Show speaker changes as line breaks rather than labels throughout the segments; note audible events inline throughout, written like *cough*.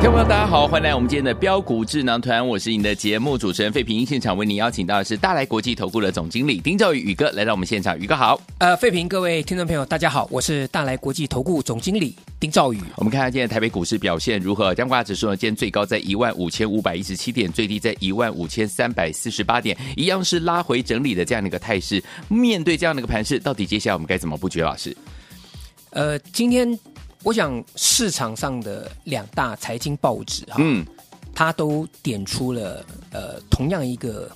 听众朋友，大家好，欢迎来我们今天的标股智囊团，我是你的节目主持人费平。现场为您邀请到的是大来国际投顾的总经理丁兆宇宇哥来到我们现场，宇哥好。
呃，费平，各位听众朋友，大家好，我是大来国际投顾总经理丁兆宇。
我们看看今天的台北股市表现如何？加挂指数呢，今天最高在一万五千五百一十七点，最低在一万五千三百四十八点，一样是拉回整理的这样的一个态势。面对这样的一个盘势，到底接下来我们该怎么布局？啊老师，
呃，今天我想市场上的两大财经报纸哈，
嗯，
它都点出了呃同样一个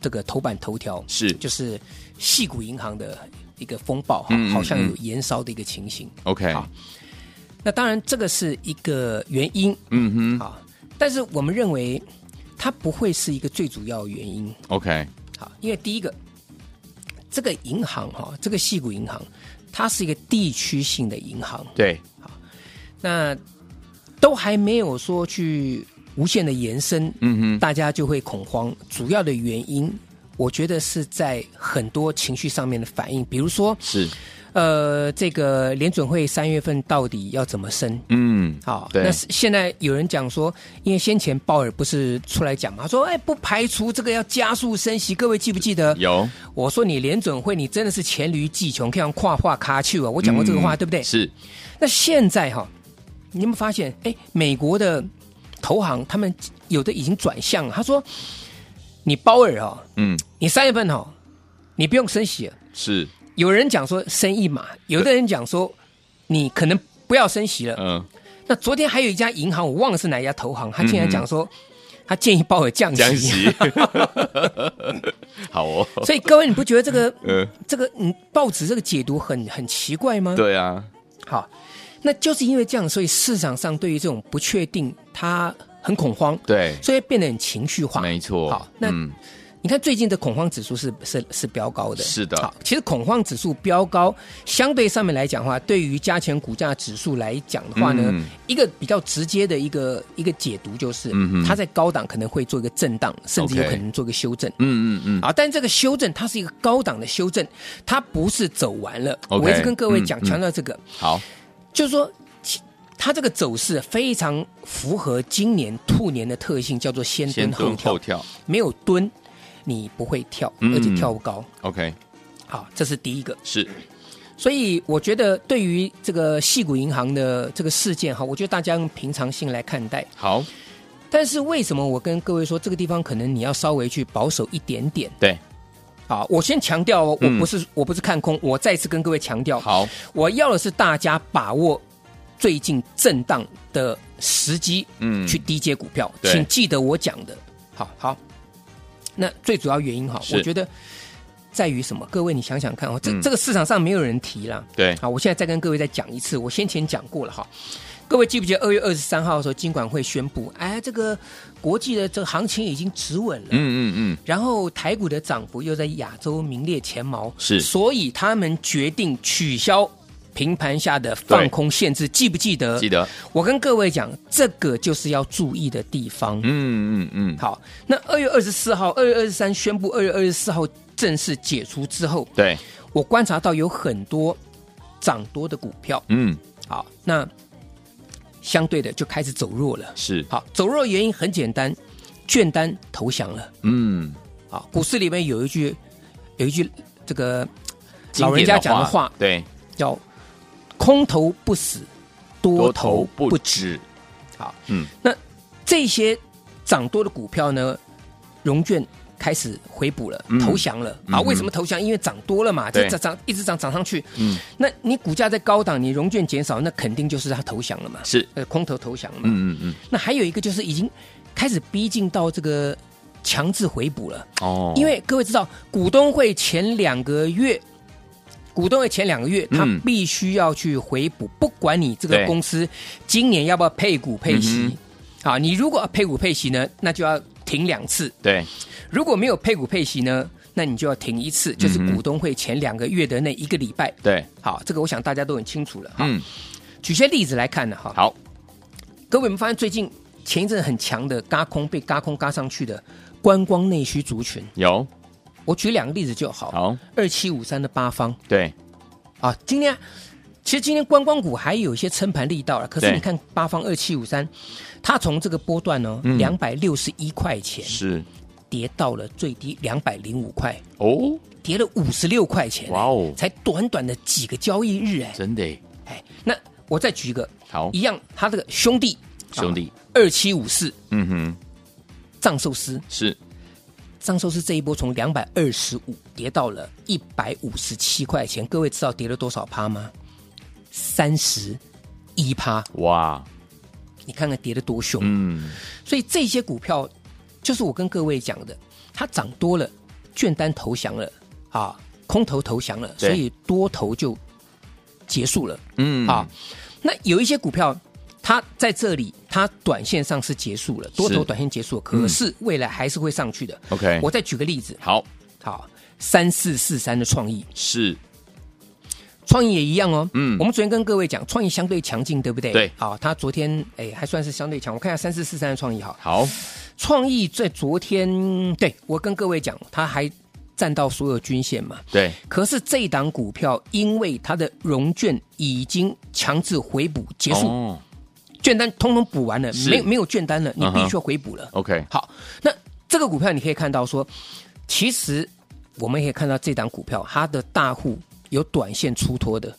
这个头版头条
是
就是细谷银行的一个风暴哈
嗯嗯，
好像
嗯
有延烧的一个情形。
OK，
好那当然这个是一个原因
嗯哼
啊，但是我们认为它不会是一个最主要的原因。
，OK，
好，因为第一个，这个银行哈、这个细谷银行，它是一个地区性的银行，
对，
那都还没有说去无限的延伸，
嗯哼，
大家就会恐慌。主要的原因，我觉得是在很多情绪上面的反应，比如说，
是，
呃，这个联准会三月份到底要怎么升？
嗯，
好，
对
那是现在有人讲说，因为先前鲍尔不是出来讲嘛，他说哎，不排除这个要加速升息，各位记不记得？
有
我说你联准会，你真的是黔驴技穷，可以让跨话卡去啊！我讲过这个话，
嗯
对不对？
是，
那现在哈、你有没有发现？哎，美国的投行他们有的已经转向了，他说你鲍尔哈、
嗯，
你三月份哈、你不用升息了。
是，
有人讲说升一码，有的人讲说你可能不要升息了。
嗯，
那昨天还有一家银行，我忘了是哪一家投行，他竟
嗯
然
嗯
讲说他建议鲍尔 *laughs* 降息。
江西， *laughs* 好哦，
所以各位，你不觉得
*laughs*
这个
呃，
这个嗯报纸这个解读很很奇怪吗？
对啊，
好，那就是因为这样，所以市场上对于这种不确定，它很恐慌，
对，
所以变得很情绪化。
没错。
好那
嗯
你看最近的恐慌指数是是是飙高的，
是的
好，其实恐慌指数飙高，相对上面来讲的话，对于加权股价指数来讲的话呢，
嗯
一个比较直接的一个一个解读就是，
嗯哼
它在高档可能会做一个震荡，甚至有
OK
可能做一个修正。
嗯嗯嗯，
啊，但这个修正它是一个高档的修正，它不是走完了。
OK，
我一直跟各位讲
嗯，嗯
强调这个，
好，
就是说，其它这个走势非常符合今年兔年的特性，叫做先
先
蹲后
蹲
跳，
后跳
没有蹲你不会跳，
嗯
而且跳不高。
，OK，
好，这是第一个。
是，
所以我觉得对于这个细谷银行的这个事件哈，我觉得大家用平常心来看待。
好，
但是为什么我跟各位说这个地方可能你要稍微去保守一点点？
对，
啊，我先强调哦，我
嗯
不是、我不是看空，我再次跟各位强调，
好，
我要的是大家把握最近震荡的时机，
嗯
去低接股票，
对
请记得我讲的。好好，那最主要原因哈，
是
我觉得在于什么？各位你想想看哦，这、
嗯
这个市场上没有人提啦。
对，
好，我现在再跟各位再讲一次，我先前讲过了哈。各位记不记得二月二十三号的时候，金管会宣布，哎，这个国际的这个行情已经止稳了。
嗯嗯嗯，
然后台股的涨幅又在亚洲名列前茅，
是
所以他们决定取消平盘下的放空限制，记不记得？
记。得，
我跟各位讲，这个就是要注意的地方。
嗯嗯嗯，
好，那二月二十四号、二月二十三宣布，二月二十四号正式解除之后，
对，
我观察到有很多涨多的股票，
嗯
好，那相对的就开始走弱了。
是，
好，走弱的原因很简单，券单投降了。
嗯，
啊，股市里面有一句有一句这个
经
老人
典
家讲的话
对，
叫“空头不死，多头不止
止，”。
好，
嗯，
那这些涨多的股票呢，融券开始回补了
嗯，
投降了、
嗯
啊？
哼
为什么投降？因为涨多了嘛，
对
这涨涨一直涨涨上去。
嗯，
那你股价在高档，你融券减少，那肯定就是它投降了嘛，
是，
呃，空头投降了嘛。
嗯嗯嗯，
那还有一个就是已经开始逼近到这个强制回补了。
哦
因为各位知道，股东会前两个月，股东会前两个月，他
嗯
必须要去回补，不管你这个
对
公司今年要不要配股配
嗯
息，啊，你如果配股配息呢，那就要停两次；
对，
如果没有配股配息呢，那你就要停一
嗯
次，就是股东会前两个月的那一个礼拜。
对，
好，这个我想大家都很清楚了。哈，
嗯，
举些例子来看呢，哈，
好，
各位有没有发现最近前一阵很强的嘎空被嘎空嘎上去的观光内需族群？
有，
我举两个例子就好。
好，
二七五三的八方
对，
啊，今天其实今天观光股还有一些撑盘力道了，可是
对
你看八方二七五三，它从这个波段呢
嗯
两百六十一块钱
是，
跌到了最低两百零五块，
哦，
跌了五十六块钱，
哇哦
才短短的几个交易日哎
真的耶，
哎，那我再举一个
好，
一样，它这个兄弟
哦
啊
兄弟，
二七五四
嗯哼，
藏寿司，
是，
藏寿司这一波从两百二十五跌到了一百五十七块钱，各位知道跌了多少趴吗？三十一趴，
哇，
你看看跌得多凶。
嗯，
所以这些股票，就是我跟各位讲的，它涨多了，券单投降了啊，空头投降了，
对
所以多头就结束了。
嗯，
啊。那有一些股票，它在这里，它短线上是结束了，多
是嗯
头短线结束了，可是未来还是会上去的。
OK
我再举个例子，
好，
好，三四四三的创意，
是，
创意也一样哦。
嗯
我们昨天跟各位讲，创意相对强劲，对不对？
对
好，它昨天哎还算是相对强，我看一下三四四三的创意好，
好，
创意在昨天，嗯对我跟各位讲，它还站到所有均线嘛。
对，
可是这档股票，因为它的融券已经强制回补结束，
哦
券单通通补完了，
是
没有没有券单了，你
嗯哼
必须要回补了。
，OK，
好，那这个股票你可以看到说，其实我们也可以看到这档股票它的大户有短线出脱的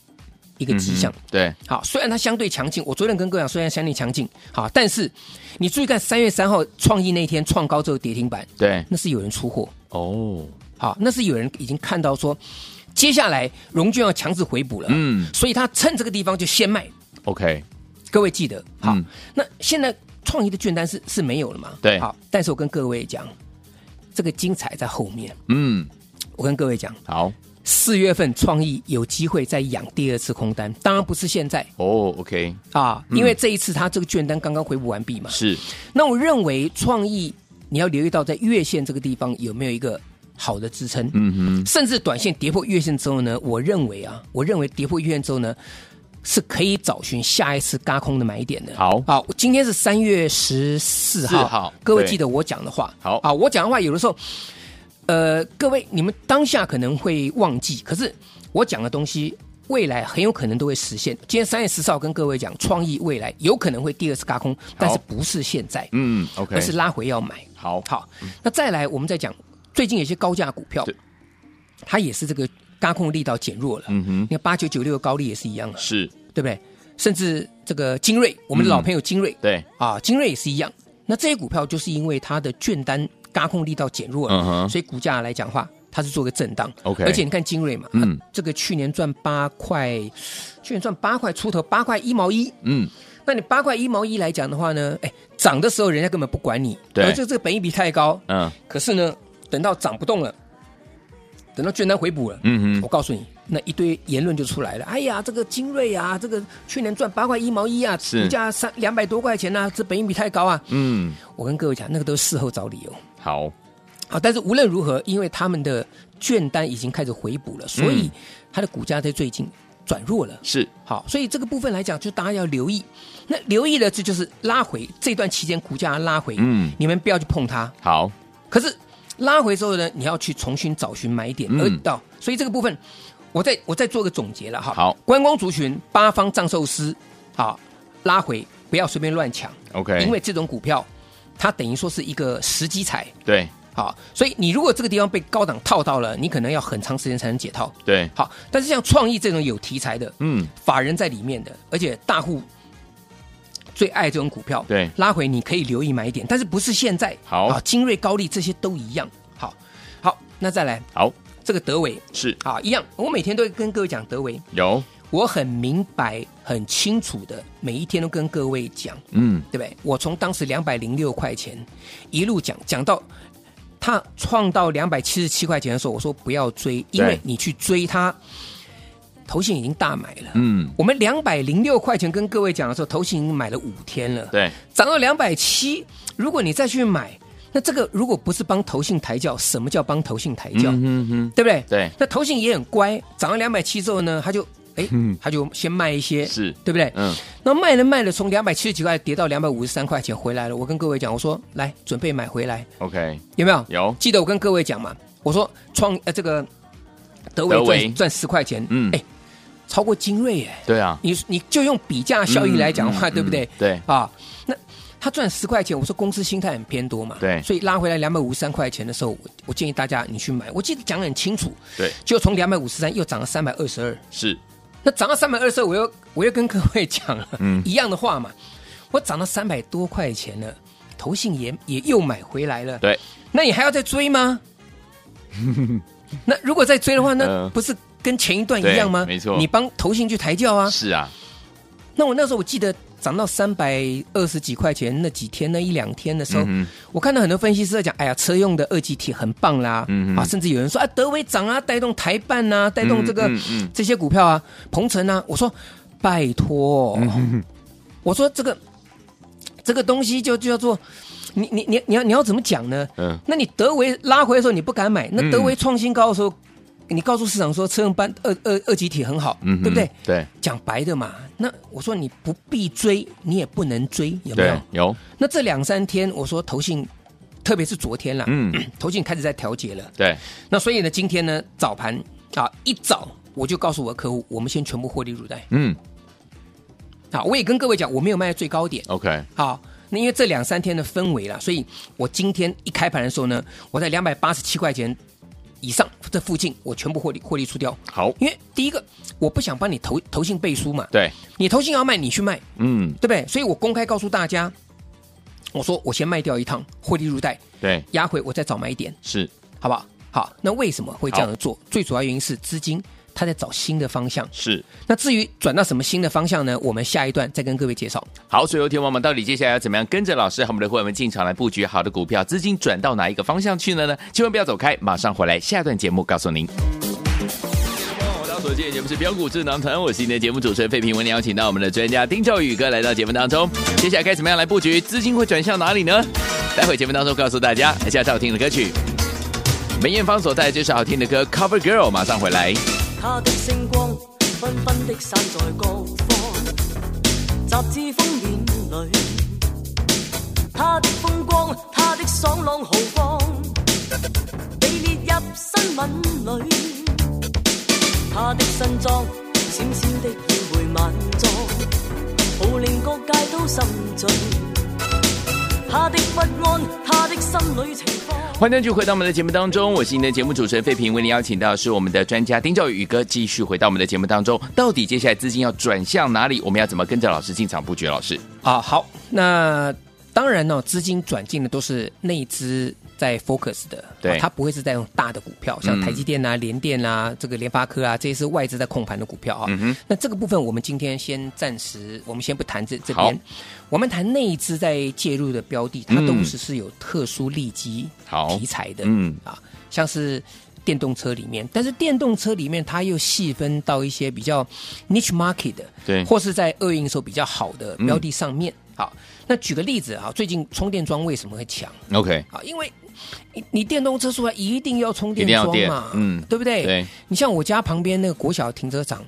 一个迹
嗯
象。
哼对，
好，虽然它相对强劲，我昨天跟各位讲，虽然相对强劲，好，但是你注意看三月三号创意那一天创高之后跌停板，
对，
那是有人出货，
哦，
好，那是有人已经看到说，接下来融券要强制回补了，
嗯
所以他趁这个地方就先卖，
，OK，
各位记得好。
嗯
那现在创意的券单是是没有了嘛？
对
好，但是我跟各位讲，这个精彩在后面。
嗯，
我跟各位讲，
好，
四月份创意有机会再养第二次空单，当然不是现在
哦，OK，
啊，因
嗯
为这一次它这个券单刚刚回补完毕嘛。
是，
那我认为创意你要留意到在月线这个地方有没有一个好的支撑，
嗯哼，
甚至短线跌破月线之后呢，我认为啊，我认为跌破月线之后呢，是可以找寻下一次嘎空的买点的。
好
好，今天是三月十四号，
4号
各位
对
记得我讲的话。
好
啊，我讲的话有的时候，呃，各位你们当下可能会忘记，可是我讲的东西。未来很有可能都会实现。今天三月十四号跟各位讲，创意未来有可能会第二次嘎空，但是不是现在，
嗯，OK，哦
而是拉回要买。
好，
好，那再来我们再讲，最近有些高价股票
对，
它也是这个嘎空力道减弱了。
嗯哼
你看八九九六高利也是一样啊，
是，
对不对？甚至这个精锐，我们的老朋友精锐、
对，
啊，精锐也是一样。那这些股票就是因为它的券单嘎空力道减弱了，
嗯哼
所以股价来讲话，它是做个震荡。
OK
而且你看精锐嘛，
嗯
嗯，这个去年赚八块，去年赚八块出头，八块一毛一，
嗯，
那你八块一毛一来讲的话呢，哎，涨的时候人家根本不管你，
对
而这这个本益比太高，
嗯，
可是呢，等到涨不动了，等到券单回补了，
嗯
我
哼，
告诉你，那一堆言论就出来了。哎呀，这个精锐啊，这个去年赚八块一毛一啊，
是
股价三两百多块钱呐、这本益比太高啊。
嗯，
我跟各位讲，那个都是事后找理由。
好，
好，但是无论如何，因为他们的券单已经开始回补了，所以
嗯
它的股价在最近转弱了。
是，
好，所以这个部分来讲，就大家要留意。那留意了，这就是拉回这段期间股价拉回，
嗯
你们不要去碰它。
好，
可是拉回之后呢，你要去重新找寻买点，
嗯
而到所以这个部分，我再我再做个总结了哈。
好，
观光族群八方藏寿司，好拉回不要随便乱抢，
OK，
因为这种股票它等于说是一个时机财。
对
好，所以你如果这个地方被高档套到了，你可能要很长时间才能解套。
对，
好，但是像创意这种有题材的，
嗯，
法人在里面的，而且大户最爱这种股票，
对
拉回你可以留意买一点，但是不是现在？
好
精锐、高利这些都一样。好，好，那再来
好，
这个德维
是
啊，一样，我每天都会跟各位讲德维，
有，
我很明白、很清楚的，每一天都跟各位讲，
嗯，
对不对？我从当时两百零六块钱一路讲讲到它创到两百七十七块钱的时候，我说不要追，因为
对
你去追它，投信已经大买了。
嗯，
我们两百零六块钱跟各位讲的时候，投信已经买了五天了，
对，
涨到两百七，如果你再去买，那这个如果不是帮投信抬轿，什么叫帮投信抬轿？
嗯哼，
对不对？
对
那投信也很乖，涨到两百七之后呢，他就哎，他就先卖一些，
嗯是
对不对？
嗯，
那卖了卖了，从两百七十几块跌到两百五十三块钱回来了。我跟各位讲，我说来准备买回来，
，OK，
有没有？
有
记得我跟各位讲嘛，我说创呃这个
德
德伟
维
赚赚十块钱，
嗯
哎，超过精锐哎，
对啊，
你你就用比价效益来讲的话，
嗯嗯
对不对？
嗯对
啊，那他赚十块钱，我说公司心态很偏多嘛，
对
所以拉回来两百五十三块钱的时候，我我建议大家你去买，我记得讲得很清楚，
对，
就从两百五十三又涨到三百二十二，
是，
那涨到三百二十二，我又我又跟各位讲了、
嗯
一样的话嘛，我涨到三百多块钱了，投信也也又买回来了，
对，
那你还要再追
*laughs*
吗？那如果再追的话，那
呃
不是跟前一段一样吗？
对没错
你帮投信去抬轿啊，
是啊，
那我那时候我记得涨到三百二十几块钱那几天那一两天的时候，
嗯哼
我看到很多分析师在讲，哎呀，车用的二极体很棒啦，
嗯哼
啊，甚至有人说啊，德维涨啊，带动台办呐、带动这个、
嗯嗯嗯
这些股票啊，鹏程啊，我说拜托，
嗯
我说这个这个东西就就叫做。你你你你要你要怎么讲呢？
嗯
那你德维拉回的时候你不敢买，那德维创新高的时候，你告诉市场说车用班二二二级体很好，
嗯哼，
对不对？
对，
讲白的嘛，那我说你不必追，你也不能追，有没有
对，？有，
那这两三天，我说投信，特别是昨天啦，
嗯，
投信开始在调节了。
对，
那所以呢，今天呢早盘啊一早我就告诉我的客户，我们先全部获利入袋
嗯
啊。我也跟各位讲，我没有卖在最高点
，OK，
好，那因为这两三天的氛围啦，所以我今天一开盘的时候呢，我在两百八十七块钱以上这附近，我全部获利获利出掉。
好，
因为第一个，我不想帮你投投信背书嘛，
对，
你投信要卖，你去卖，
嗯，
对不对？所以我公开告诉大家，我说我先卖掉一趟，获利入袋，
对，
压回我再找买点，
是，
好不好？好，那为什么会这样做？最主要原因是资金它在找新的方向。
是，
那至于转到什么新的方向呢？我们下一段再跟各位介绍。
好，所以有天王们到底接下来要怎么样跟着老师和我们的会员们进场来布局好的股票，资金转到哪一个方向去了呢？千万不要走开，马上回来，下段节目告诉您。我到所见的节目是标股智囊团，我是你的节目主持人费平。为您邀请到我们的专家丁兆宇哥来到节目当中，接下来该怎么样来布局？资金会转向哪里呢？待会节目当中告诉大家。接下来好听的歌曲，梅艳芳所带来这首好听的歌《Cover Girl》，马上回来。
他的星光紛紛的散在各方，雜誌封面裏，他的風光，他的爽朗豪放，被列入新聞裏。他的新裝閃閃的宴會晚裝，好令各界都心醉。他的不安，他的心裏情況。
欢迎继续回到我们的节目当中，我是您的节目主持人费平，为您邀请到的是我们的专家丁兆宇宇哥，继续回到我们的节目当中。到底接下来资金要转向哪里？我们要怎么跟着老师进场布局？老师，
啊，好，那当然呢、资金转进的都是内资在 focus 的，
对嗯
啊它不会是在用大的股票，像台积电啊、联电啊、这个联发科啊，这些是外资在控盘的股票
嗯
啊。那这个部分我们今天先暂时，我们先不谈这这
好
边，我们谈内资在介入的标的，它
嗯
都是是有特殊利基
好
题材的，
嗯
啊，像是。电动车里面，但是电动车里面它又细分到一些比较 niche market 的，
对嗯
或是在二营收比较好的标的上面。好，那举个例子啊，最近充电桩为什么会强
OK，
啊？因为你你电动车出来一定要充电
一
桩
定要
嘛
电，嗯
对不对？
对。
你像我家旁边那个国小停车场，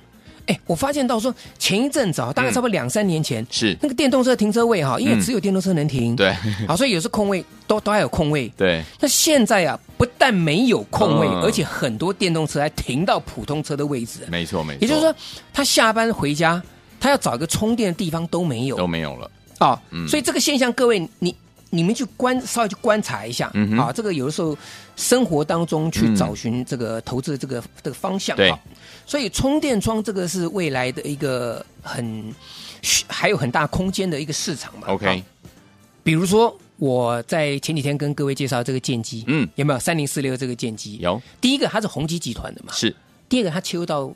哎，我发现到说前一阵子啊，大概差不多两三年前，
是
那个电动车停车位哈、因为
嗯
只有电动车能停，
对
好，所以有时候空位都都还有空位，
*laughs* 对，
那现在啊，不但没有空位，
嗯
而且很多电动车还停到普通车的位置。
没错没错，
也就是说，他下班回家，他要找一个充电的地方都没有
都没有嗯了，
啊、所以这个现象，各位你你们去观稍微去观察一下啊、
嗯哼
这个有的时候生活当中去找寻这个投资的这个这个方向
对
啊所以充电桩这个是未来的一个很还有很大空间的一个市场嘛
OK
啊比如说我在前几天跟各位介绍这个剑机，
嗯
有没有三零四六这个剑机？
有
第一个它是宏基集团的嘛，
是
第二个它切入到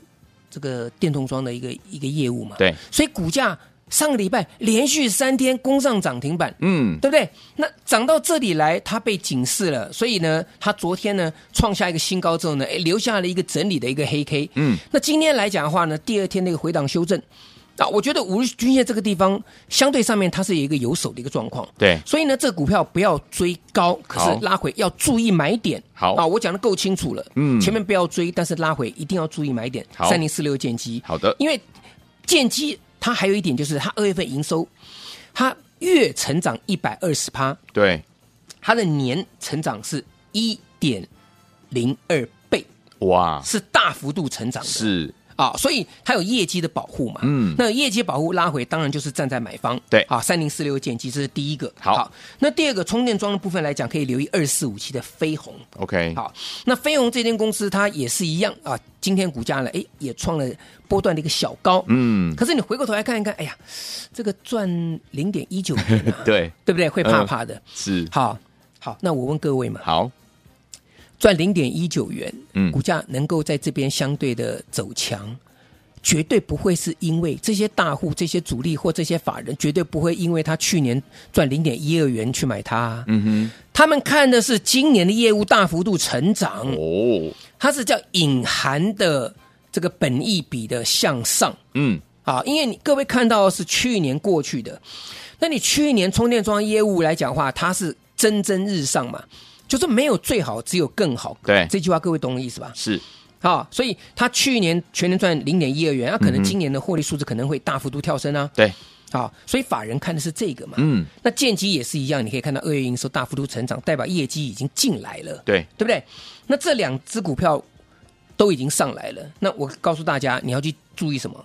这个电动桩的一个一个业务嘛，
对，
所以股价上个礼拜连续三天攻上涨停板，
嗯，
对不对？那涨到这里来，它被警示了，所以呢，它昨天呢创下一个新高之后呢，哎，留下了一个整理的一个黑 K。
嗯，
那今天来讲的话呢，第二天的一个回档修正，啊，我觉得五日均线这个地方相对上面它是有一个有手的一个状况。
对，
所以呢，这股票不要追高，可
好
是拉回要注意买点。
好
啊，我讲的够清楚了。
嗯
前面不要追，但是拉回一定要注意买点。
好
三零四六剑机，
好的，
因为剑机它还有一点就是它二月份营收，它月成长一百二十趴，
对，
它的年成长是一点零二倍，
哇，
是大幅度成长的。
是
啊，所以它有业绩的保护嘛。
嗯
那业绩保护拉回，当然就是站在买方。
对嗯
啊，三零四六减机这是第一个。
好
那第二个充电桩的部分来讲，可以留意二四五七的飞鸿。
OK，
好，那飞鸿这间公司它也是一样啊，今天股价呢，哎，也创了波段的一个小高。
嗯，，
可是你回过头来看一看，哎呀，这个赚零点一九元、啊
*laughs* 对，嗯
对不对？会怕怕的。
是
好好，那我问各位嘛，
好，
赚零点一九元，
嗯
股价能够在这边相对的走强，绝对不会是因为这些大户、这些主力或这些法人，绝对不会因为他去年赚零点一二元去买它啊、
嗯
他们看的是今年的业务大幅度成长
哼，，哦，
它是叫隐含的这个本益比的向上。
嗯，
啊，因为你各位看到的是去年过去的，那你去年充电桩业务来讲话，它是蒸蒸日上嘛，就是没有最好，只有更好。
对
这句话各位懂我意思吧？
是
啊，所以它去年全年赚零点一二元，那、啊
嗯
可能今年的获利数字可能会大幅度跳升啊。
对，
啊，所以法人看的是这个嘛。
嗯，
那建机也是一样，你可以看到二月营收大幅度成长，代表业绩已经进来了。
对，
对不对？那这两只股票都已经上来了，那我告诉大家，你要去注意什么？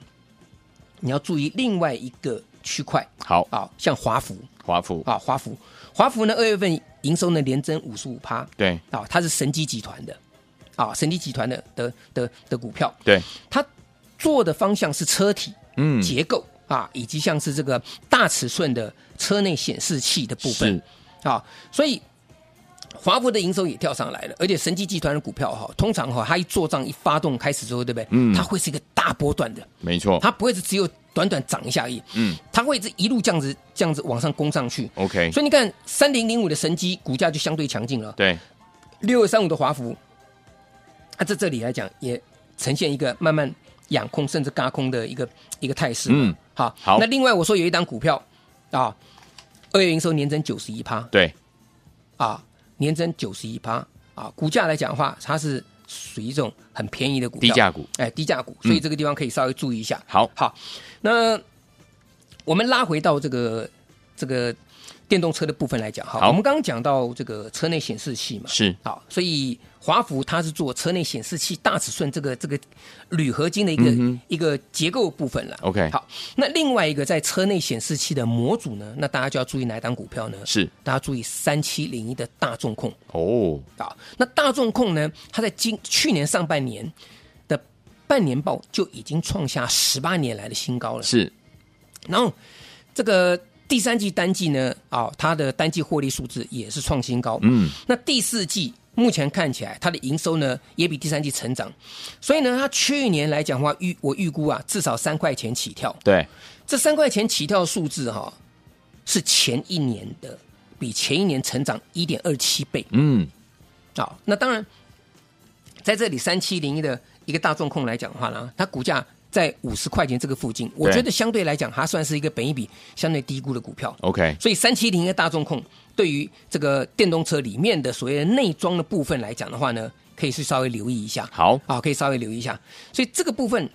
你要注意另外一个区块
好，
啊，像华孚
华府，
啊，华孚，华孚呢，二月份营收呢连增五十五趴，
对
啊，它是神机集团的啊，神机集团的的的的股票，
对，
它做的方向是车体
嗯，
结构、啊，以及像是这个大尺寸的车内显示器的部分，啊，所以华孚的营收也跳上来了，而且神机集团的股票哈、通常哈、它一做账一发动开始之后，对不对？
嗯
它会是一个大波段的，
没错，
它不会是只有短短涨一下而已，
嗯，
它会是一路这样子这样子往上攻上去。
OK，
所以你看，三零零五的神机股价就相对强劲了，
对，
六二三五的华孚，它在这里来讲也呈现一个慢慢养空甚至嘎空的一个一个态势。
嗯，
好，
好
那另外我说有一档股票啊，二月营收年增九十一趴
对，
啊，年增九十一趴啊，股价来讲的话，它是属于一种很便宜的股
低
票，
价股，嗯
哎，低价股，所以这个地方可以稍微注意一下。
好，
好，那我们拉回到这个这个电动车的部分来讲哈，
好
我们刚刚讲到这个车内显示器嘛，
是
好，所以华孚它是做车内显示器大尺寸这个这个铝合金的一个、一个结构部分了。
嗯 OK
好，那另外一个在车内显示器的模组呢，那大家就要注意哪一档股票呢？
是，
大家注意三七零一的大众控。
哦，
啊。那大众控呢，它在今去年上半年的半年报就已经创下十八年来的新高了。
是
然后这个第三季单季呢，啊、它的单季获利数字也是创新高。
嗯，
那第四季目前看起来它的营收呢也比第三季成长，所以呢，它去年来讲的话预我预估啊至少三块钱起跳，
对，
这三块钱起跳的数字哈、哦是前一年的。比前一年成长一点二七倍，
嗯，
好，那当然，在这里三七零一的一个大众控来讲的话呢，它股价在五十块钱这个附近，我
对
觉得相对来讲，它算是一个本益比相对低估的股票。
OK，
所以三七零的大众控对于这个电动车里面的所谓的内装的部分来讲的话呢，可以去稍微留意一下。
好，
啊，可以稍微留意一下。所以这个部分，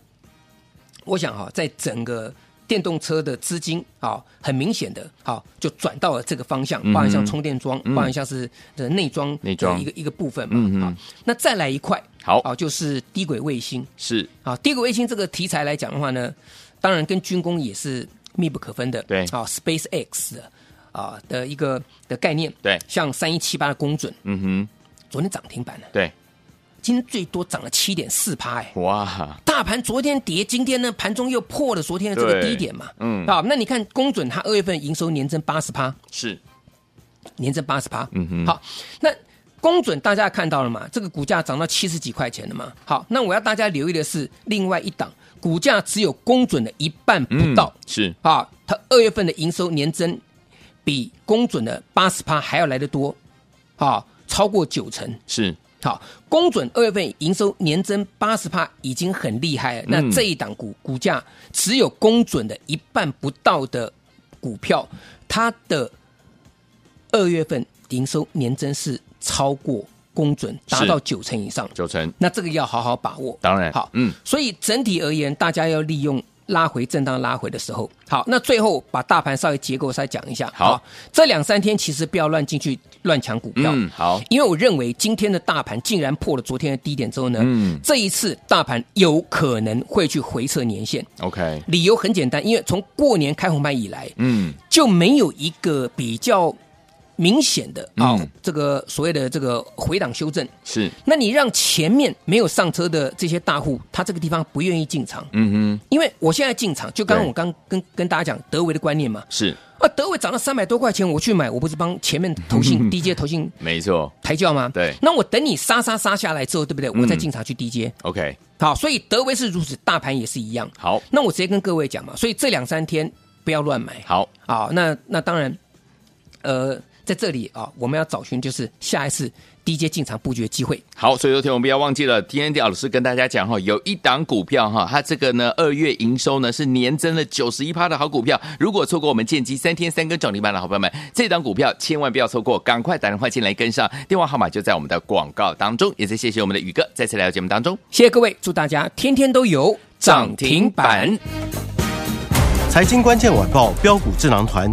我想哈、在整个电动车的资金啊、很明显的啊、就转到了这个方向，包含像充电桩，包含像是的内装
嗯内装
的一个一个部分嘛。
嗯嗯
啊，那再来一块，
好
啊，就是低轨卫星
是，
啊，低轨卫星这个题材来讲的话呢，当然跟军工也是密不可分的。
对
啊，Space X 的啊的一个的概念，
对
像三一七八的公准，
嗯
昨天涨停板了
哼，，对，
今天最多涨了七点四趴，哎，
哇，
大盘昨天跌，今天呢盘中又破了昨天的这个
对
低点嘛。
嗯
啊，那你看工准它二月份营收年增八十趴，
是，
年增八十趴。
嗯哼
好，那公准大家看到了嘛，这个股价涨到七十几块钱了嘛。好，那我要大家留意的是另外一档股价只有公准的一半不到，
嗯是
啊，它二月份的营收年增比公准的八十趴还要来得多，啊，超过九成。
是，
好，公准二月份营收年增八十帕已经很厉害了。那
嗯
这一档股股价只有公准的一半不到的股票，它的二月份营收年增是超过公准，达
是
到九成以上。
九成，
那这个要好好把握。
当然
好，
嗯
嗯，所以整体而言，大家要利用拉回、震荡拉回的时候，好，那最后把大盘稍微结构再讲一下。
好
这两三天其实不要乱进去乱抢股票。
嗯，好，
因为我认为今天的大盘竟然破了昨天的低点之后呢，
嗯
这一次大盘有可能会去回测年线。
，OK，
理由很简单，因为从过年开红盘以来，
嗯，
就没有一个比较明显的啊、
嗯
这个所谓的这个回档修正。
是，
那你让前面没有上车的这些大户，他这个地方不愿意进场，
嗯哼，
因为我现在进场，就刚刚
对
我刚跟跟大家讲德维的观念嘛，
是，
啊，德维涨到三百多块钱，我去买，我不是帮前面投信低阶投信
没错
抬轿吗？
对嗯
那我等你杀杀杀下来之后，对不对？我再进场去低阶。
，OK，
好，所以德威是如此，大盘也是一样。
好，
那我直接跟各位讲嘛，所以这两三天不要乱买。
好，
好，那那当然，呃，在这里啊，我们要找寻就是下一次低阶进场布局的机会。
好，所以昨天我们不要忘记了，今天老师跟大家讲哈，有一档股票哈，它这个呢二月营收呢是年增了九十一趴的好股票，如果错过我们剑机三天三根涨停板的好朋友们，这档股票千万不要错过，赶快打电话进来跟上，电话号码就在我们的广告当中，也再谢谢我们的宇哥再次来到节目当中，
谢谢各位，祝大家天天都有涨停板。。
财经关键晚报标股智囊团